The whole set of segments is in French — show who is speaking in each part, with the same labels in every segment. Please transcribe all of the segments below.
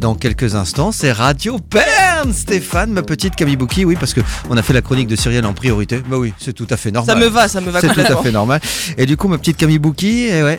Speaker 1: Dans quelques instants, c'est Radio Berne, Stéphane, ma petite Kamibouki. Oui, parce que on a fait la chronique de Cyrielle en priorité. Bah oui, c'est tout à fait
Speaker 2: Ça
Speaker 1: normal.
Speaker 2: me va, ça me va
Speaker 1: c'est tout
Speaker 2: complètement.
Speaker 1: à fait normal. Et du coup, ma petite Kamibouki, eh ouais,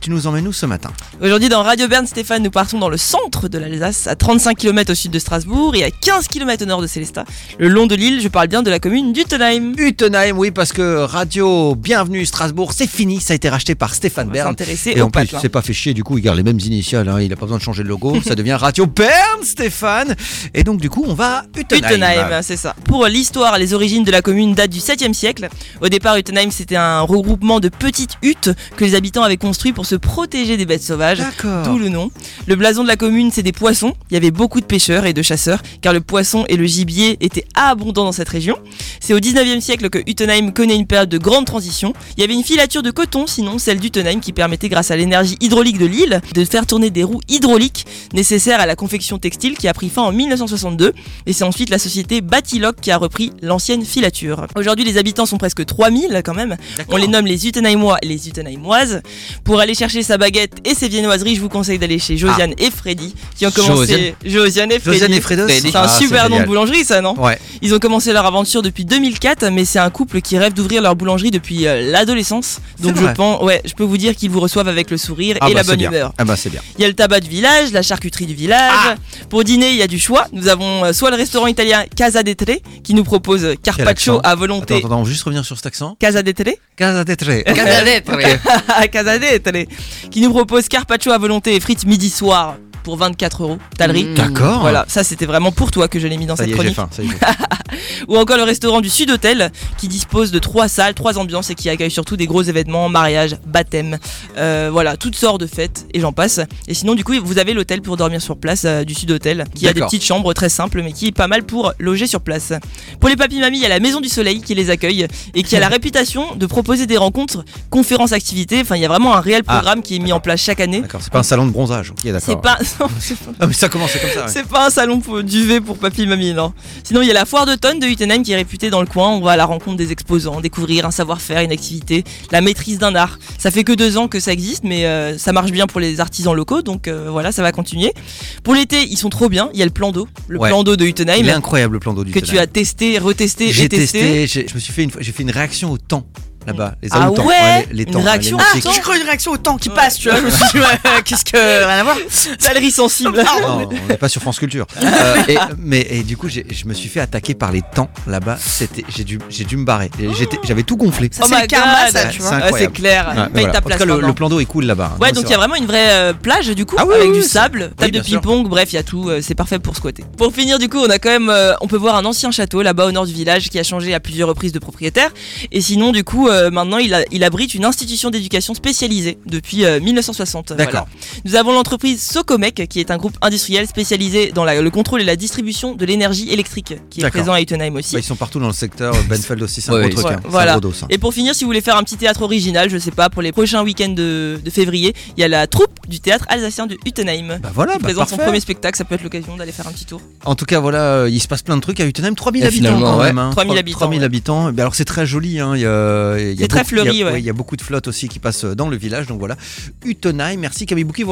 Speaker 1: tu nous emmènes où ce matin
Speaker 2: Aujourd'hui dans Radio Berne, Stéphane, nous partons dans le centre de l'Alsace, à 35 km au sud de Strasbourg et à 15 km au nord de Célestat. Le long de l'île, je parle bien de la commune d'Uttenheim.
Speaker 1: Utenheim, oui, parce que Radio Bienvenue Strasbourg, c'est fini, ça a été racheté par Stéphane
Speaker 2: On va
Speaker 1: Bern.
Speaker 2: s'intéresser
Speaker 1: Et
Speaker 2: au
Speaker 1: en plus,
Speaker 2: patelin.
Speaker 1: c'est pas fait chier, du coup, il garde les mêmes initiales, hein, il a pas besoin de changer de logo, ça devient Radio Berne, Stéphane. Et donc, du coup, on va à Utenheim.
Speaker 2: Uttenheim, hein, c'est ça. Pour l'histoire, les origines de la commune datent du 7e siècle. Au départ, Uttenheim, c'était un regroupement de petites huttes que les habitants avaient construit pour se protéger des bêtes sauvages.
Speaker 1: D'accord.
Speaker 2: D'où le nom. Le blason de la commune, c'est des poissons. Il y avait beaucoup de pêcheurs et de chasseurs, car le poisson et le gibier étaient abondants dans cette région. C'est au 19e siècle que Uttenheim connaît une période de grande transition. Il y avait une filature de coton, sinon celle d'Uttenheim, qui permettait, grâce à l'énergie hydraulique de l'île, de faire tourner des roues hydrauliques nécessaires à la confection textile qui a pris fin en 1962. Et c'est ensuite la société Batiloc qui a repris l'ancienne filature. Aujourd'hui, les habitants sont presque 3000 quand même. On les nomme les Uttenheimois et les Uttenheimoises. Pour aller chercher sa baguette et ses viennoiseries, je vous conseille d'aller chez Josiane et Freddy, qui ont commencé. Josiane et Freddy.
Speaker 1: Ah. Josiane et Fredos.
Speaker 2: C'est un
Speaker 1: Ah,
Speaker 2: super nom de
Speaker 1: génial.
Speaker 2: boulangerie, ça, non
Speaker 1: Ouais.
Speaker 2: Ils ont commencé leur aventure depuis 2004, mais c'est un couple qui rêve d'ouvrir leur boulangerie depuis euh, l'adolescence.
Speaker 1: C'est
Speaker 2: Donc je
Speaker 1: vrai.
Speaker 2: pense, ouais, je peux vous dire qu'ils vous reçoivent avec le sourire
Speaker 1: Ah
Speaker 2: et
Speaker 1: bah,
Speaker 2: la
Speaker 1: c'est
Speaker 2: bonne
Speaker 1: bien.
Speaker 2: humeur.
Speaker 1: Ah bah c'est bien.
Speaker 2: Il y a le tabac du village, la charcuterie du village.
Speaker 1: Ah
Speaker 2: Pour dîner, il y a du choix. Nous avons euh, soit le restaurant italien Casa de Tre, qui nous propose euh,
Speaker 1: accent.
Speaker 2: carpaccio à
Speaker 1: Attends,
Speaker 2: volonté.
Speaker 1: attends, on va juste revenir sur cet accent.
Speaker 2: Casa de Tre
Speaker 1: Casa de Tre.
Speaker 3: Euh,
Speaker 2: à Casa de Tre, qui nous propose carpaccio à volonté et frites midi soir pour 24 euros. Talerie.
Speaker 3: Mmh.
Speaker 1: D'accord.
Speaker 2: Voilà, ça c'était vraiment pour toi que je l'ai mis dans
Speaker 1: Ça
Speaker 2: cette
Speaker 1: y est, j'ai
Speaker 2: chronique.
Speaker 1: faim. Ça y est, j'ai faim.
Speaker 2: Ou encore le restaurant du Sud Hôtel, qui dispose de trois salles, trois ambiances et qui accueille surtout des gros événements, mariages, baptêmes, euh, voilà, toutes sortes de fêtes et j'en passe. Et sinon, du coup, vous avez l'hôtel pour dormir sur place euh, du Sud Hôtel, qui a des
Speaker 1: D'accord.
Speaker 2: petites chambres très simples, mais qui est pas mal pour loger sur place. Pour les papis mamies, il y a la Maison du Soleil qui les accueille et qui a la réputation de proposer des rencontres, conférences, activités. Enfin, il y a vraiment un réel
Speaker 1: Ah.
Speaker 2: programme qui est mis en place chaque année.
Speaker 1: D'accord, c'est pas un salon de bronzage. Ok, d'accord.
Speaker 2: C'est pas, non,
Speaker 1: Ah, mais ça commence comme ça. ouais.
Speaker 2: c'est pas un salon pour- duvet pour papy et mamie, non. Sinon, il y a la foire d'automne de Huttenheim qui est réputée dans le coin. On va à la rencontre des exposants, découvrir un savoir-faire, une activité, la maîtrise d'un art. Ça fait que deux ans que ça existe, mais euh, ça marche bien pour les artisans locaux, donc euh, voilà, ça va continuer. Pour l'été, ils sont trop bien. Il y a le plan d'eau, le
Speaker 1: Ouais.
Speaker 2: plan d'eau de Huttenheim
Speaker 1: Il est incroyable le plan d'eau du
Speaker 2: que tu
Speaker 1: Thénard.
Speaker 2: as testé, retesté
Speaker 1: J'ai
Speaker 2: et testé.
Speaker 1: testé. j'ai- Je me suis fait une, fois- j'ai fait une réaction au temps là-bas. Les
Speaker 2: Ah
Speaker 1: hautans,
Speaker 2: ouais
Speaker 1: les, les
Speaker 2: Une
Speaker 1: temps,
Speaker 2: réaction
Speaker 1: les
Speaker 2: au
Speaker 1: musiques.
Speaker 2: temps
Speaker 3: Je crois une réaction au temps qui
Speaker 2: Ouais. Oh
Speaker 3: passe, tu vois. Je me suis dit, ouais, qu'est-ce que. Rien à voir.
Speaker 2: Salerie sensible. Oh
Speaker 1: Non, on n'est pas sur France Culture.
Speaker 2: Ah
Speaker 1: Euh, et, mais et du coup, j'ai- je me suis fait attaquer par les temps là-bas. C'était, j'ai dû, j'ai dû me barrer. Et j'étais- J'avais tout gonflé.
Speaker 3: Ça,
Speaker 2: Oh
Speaker 3: c'est
Speaker 2: my
Speaker 3: le karma,
Speaker 2: God.
Speaker 3: ça,
Speaker 1: Ouais,
Speaker 3: tu
Speaker 1: c'est
Speaker 2: Ouais,
Speaker 3: vois.
Speaker 2: c'est
Speaker 1: incroyable.
Speaker 2: clair.
Speaker 1: Ouais,
Speaker 2: Paye
Speaker 1: voilà.
Speaker 2: ta
Speaker 1: En tout
Speaker 2: place
Speaker 1: cas, le,
Speaker 2: maintenant.
Speaker 1: le plan d'eau est cool là-bas. hein.
Speaker 2: Ouais,
Speaker 1: Non,
Speaker 2: donc
Speaker 1: c'est
Speaker 2: il y a
Speaker 1: vrai.
Speaker 2: vraiment une vraie euh, plage du coup,
Speaker 1: Ah oui,
Speaker 2: avec
Speaker 1: oui,
Speaker 2: du
Speaker 1: oui,
Speaker 2: sable, table
Speaker 1: bien
Speaker 2: de
Speaker 1: sûr.
Speaker 2: ping-pong, bref, il y a tout, euh, c'est parfait pour squatter. Pour finir, du coup, on a quand même, euh, on peut voir un ancien château là-bas au nord du village qui a changé à plusieurs reprises de propriétaire. Et sinon, du coup, euh, maintenant, il, a- il abrite une institution d'éducation spécialisée depuis euh, 1960. voilà.
Speaker 1: D'accord.
Speaker 2: Nous avons l'entreprise Socomec, qui est un groupe industriel spécialisé dans la- le contrôle et la distribution de l'énergie électrique, qui est
Speaker 1: D'accord.
Speaker 2: présent à Huttenheim aussi.
Speaker 1: Bah, ils sont partout dans le secteur. Benfeld aussi, c'est un
Speaker 3: Ouais,
Speaker 1: gros
Speaker 3: ils
Speaker 1: truc.
Speaker 2: sont-
Speaker 1: hein. C'est
Speaker 2: voilà.
Speaker 1: un gros dos, ça.
Speaker 2: Et pour finir, si vous voulez faire un petit théâtre original, je sais pas, pour les prochains week-ends de, de février, il y a la troupe du théâtre alsacien de Huttenheim.
Speaker 1: Bah voilà,
Speaker 2: qui
Speaker 1: bah
Speaker 2: présente son
Speaker 1: parfait.
Speaker 2: premier spectacle, ça peut être l'occasion d'aller faire un petit tour.
Speaker 1: En tout cas, voilà, euh, il se passe plein de trucs à Utenheim. 3000
Speaker 3: Et
Speaker 1: habitants
Speaker 3: finalement,
Speaker 1: quand
Speaker 3: ouais.
Speaker 1: même. hein.
Speaker 2: 3000
Speaker 1: Trois-
Speaker 2: habitants,
Speaker 1: 3000
Speaker 2: ouais.
Speaker 1: habitants. Ben alors, c'est très joli. Hein. Il y a, il y a
Speaker 2: C'est très
Speaker 1: beaucoup- il y a-
Speaker 2: fleuri, ouais.
Speaker 1: euh, Il y a beaucoup de flottes aussi qui passent dans le village. Donc voilà. Utenheim, merci Camille Bouki. Vous